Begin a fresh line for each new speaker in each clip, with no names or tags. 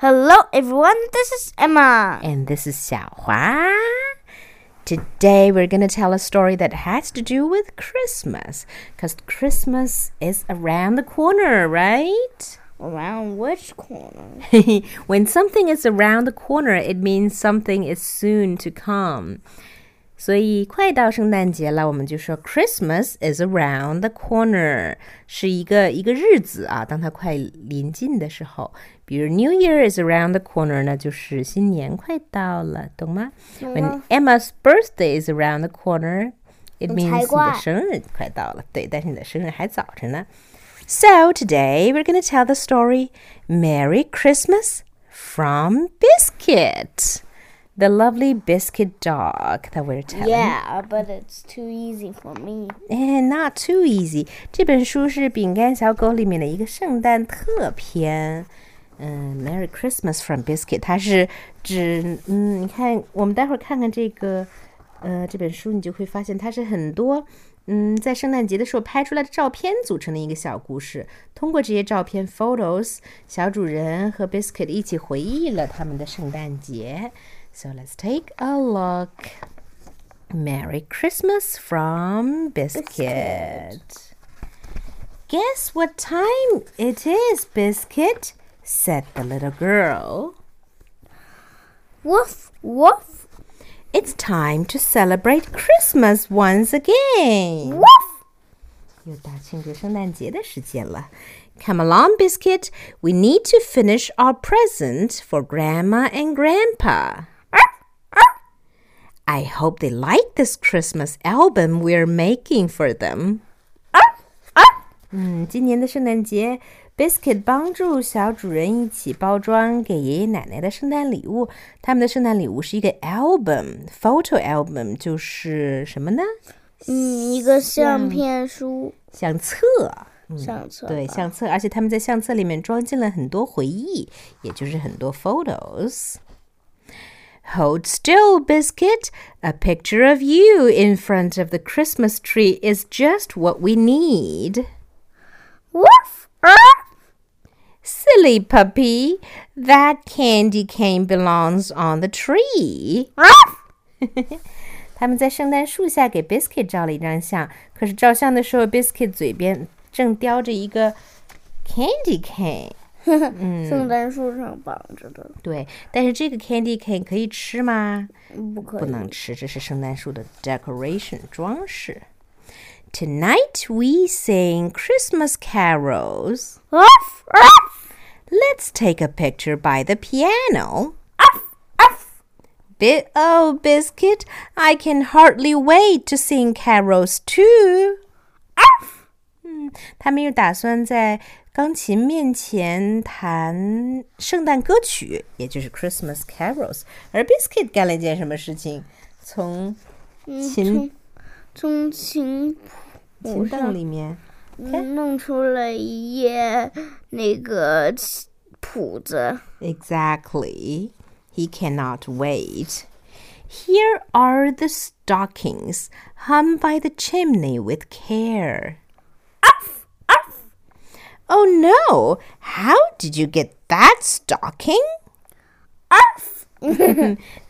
Hello, everyone. This is Emma.
And this is Xiaohua. Today we're going to tell a story that has to do with Christmas because Christmas is around the corner, right?
Around which corner?
when something is around the corner, it means something is soon to come. 所以快到圣诞节了，我们就说 Christmas is around the corner，是一个一个日子啊。当它快临近的时候，比如 New Year is around the corner 呢，就是新年快到了，懂吗？When Emma's birthday is around the corner。It means 你
怪
的生日快到了，对，但是你的生日还早着呢。So today we're going to tell the story Merry Christmas from Biscuit, the lovely Biscuit dog that we're telling.
Yeah, but it's too easy for me.
And 哎 not too easy. 这本书是饼干小狗里面的一个圣诞特篇。嗯，Merry Christmas from Biscuit，它是指嗯，你看，我们待会儿看看这个呃这本书，你就会发现它是很多嗯在圣诞节的时候拍出来的照片组成的一个小故事。通过这些照片 photos，小主人和 Biscuit 一起回忆了他们的圣诞节。So let's take a look. Merry Christmas from Biscuit. Guess what time it is, Biscuit? said the little girl.
Woof, woof,
It's time to celebrate Christmas once again.
woof.
又到庆祝圣诞节的时间了。Come along, Biscuit. We need to finish our present for Grandma and Grandpa. I hope they like this Christmas album we're making for them. 嗯，今年的圣诞节，Biscuit 帮助小主人一起包装给爷爷奶奶的圣诞礼物。他们的圣诞礼物是一个 album，photo album，就是什么呢？
嗯，一个相片书
相册。
相册。
对，相册，而且他们在相册里面装进了很多回忆，也就是很多 photos。Hold still, Biscuit. A picture of you in front of the Christmas tree is just what we need.
Woof, ah.
Silly puppy, that candy cane belongs on the tree. 他们在圣诞树下给 Biscuit 照了一张相，可是照相的时候，Biscuit 嘴边正叼着一个 candy cane。
圣诞树上绑着的，
对，但是这个 candy cane 可以吃吗？
不可
不
以。
能吃，这是圣诞树的 decoration 装饰。Tonight we sing Christmas carols.
Woof, woof,
Let's take a picture by the piano. Bi- oh, Biscuit, I can hardly wait to sing carols too. 嗯，他们又打算在钢琴面前弹圣诞歌曲，也就是 Christmas carols。而 Biscuit 干了一件什么事情？从琴
从琴
琴凳里面，
弄出了一页那个谱子。
Exactly. He cannot wait. Here are the stockings hung by the chimney with care. Oh no! How did you get that stocking?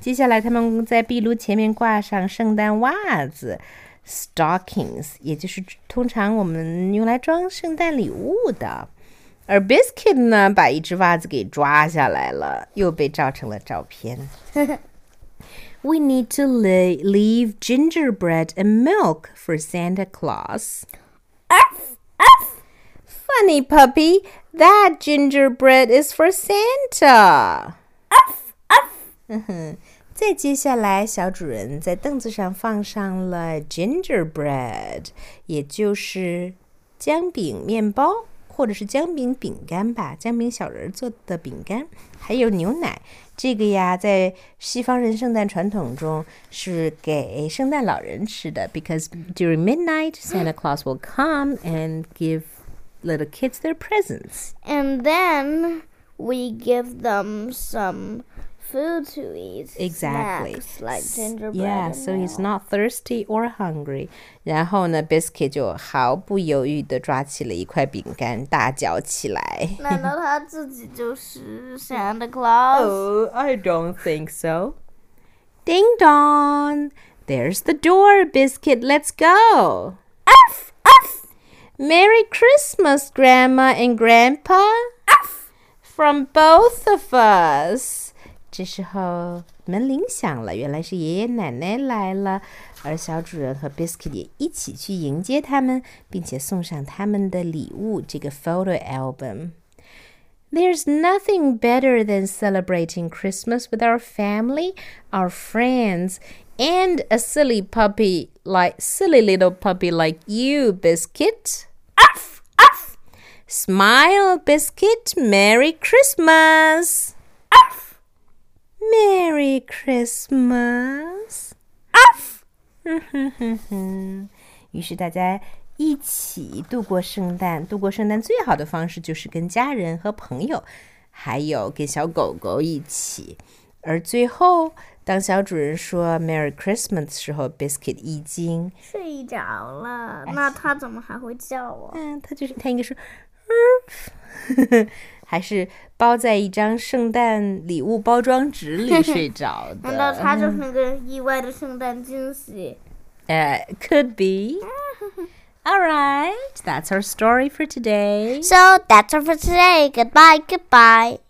接下来，他们在壁炉前面挂上圣诞袜子 （stockings），也就是通常我们用来装圣诞礼物的。而 Biscuit 呢，把一只袜子给抓下来了，又被照成了照片。We need to le- leave gingerbread and milk for Santa Claus. Funny puppy, that gingerbread is for Santa. 再接下来，小主人在凳子上放上了 gingerbread，也就是姜饼面包，或者是姜饼饼干吧，姜饼小人儿做的饼干，还有牛奶。这个呀，在西方人圣诞传统中是给圣诞老人吃的，because during midnight Santa Claus will come and give little kids their presents.
And then we give them some food to eat.
Exactly.
Snacks like
S-
gingerbread.
Yeah,
and
so he's
milk.
not thirsty or hungry. 然后呢，Biscuit 就毫不犹豫地抓起了一块饼干，大嚼起来。
难道他自己就是 uh, Santa Claus？
Oh, I don't think so. Ding dong! There's the door, Biscuit. Let's go.
F F
Merry Christmas, Grandma and Grandpa. From both of us. 这时候门铃响了，原来是爷爷奶奶来了，而小主人和 Biscuit 也一起去迎接他们，并且送上他们的礼物——这个 photo album。There's nothing better than celebrating Christmas with our family, our friends, and a silly puppy like silly little puppy like you, Biscuit.
F F
Smile, Biscuit. Merry Christmas.
F
Merry Christmas.
F。
于是大家一起度过圣诞。度过圣诞最好的方式就是跟家人和朋友，还有跟小狗狗一起。而最后，当小主人说 “Merry Christmas” 的时候，Biscuit 一惊，
睡着了，那他怎么还会叫我？
嗯，他就是他应该是，嗯 还是包在一张圣诞礼物包装纸里睡着
难道
的。
他就是那个意外的圣诞惊喜？
呃、c o u l d be. All right, that's our story for today.
So that's all for today. Goodbye, goodbye.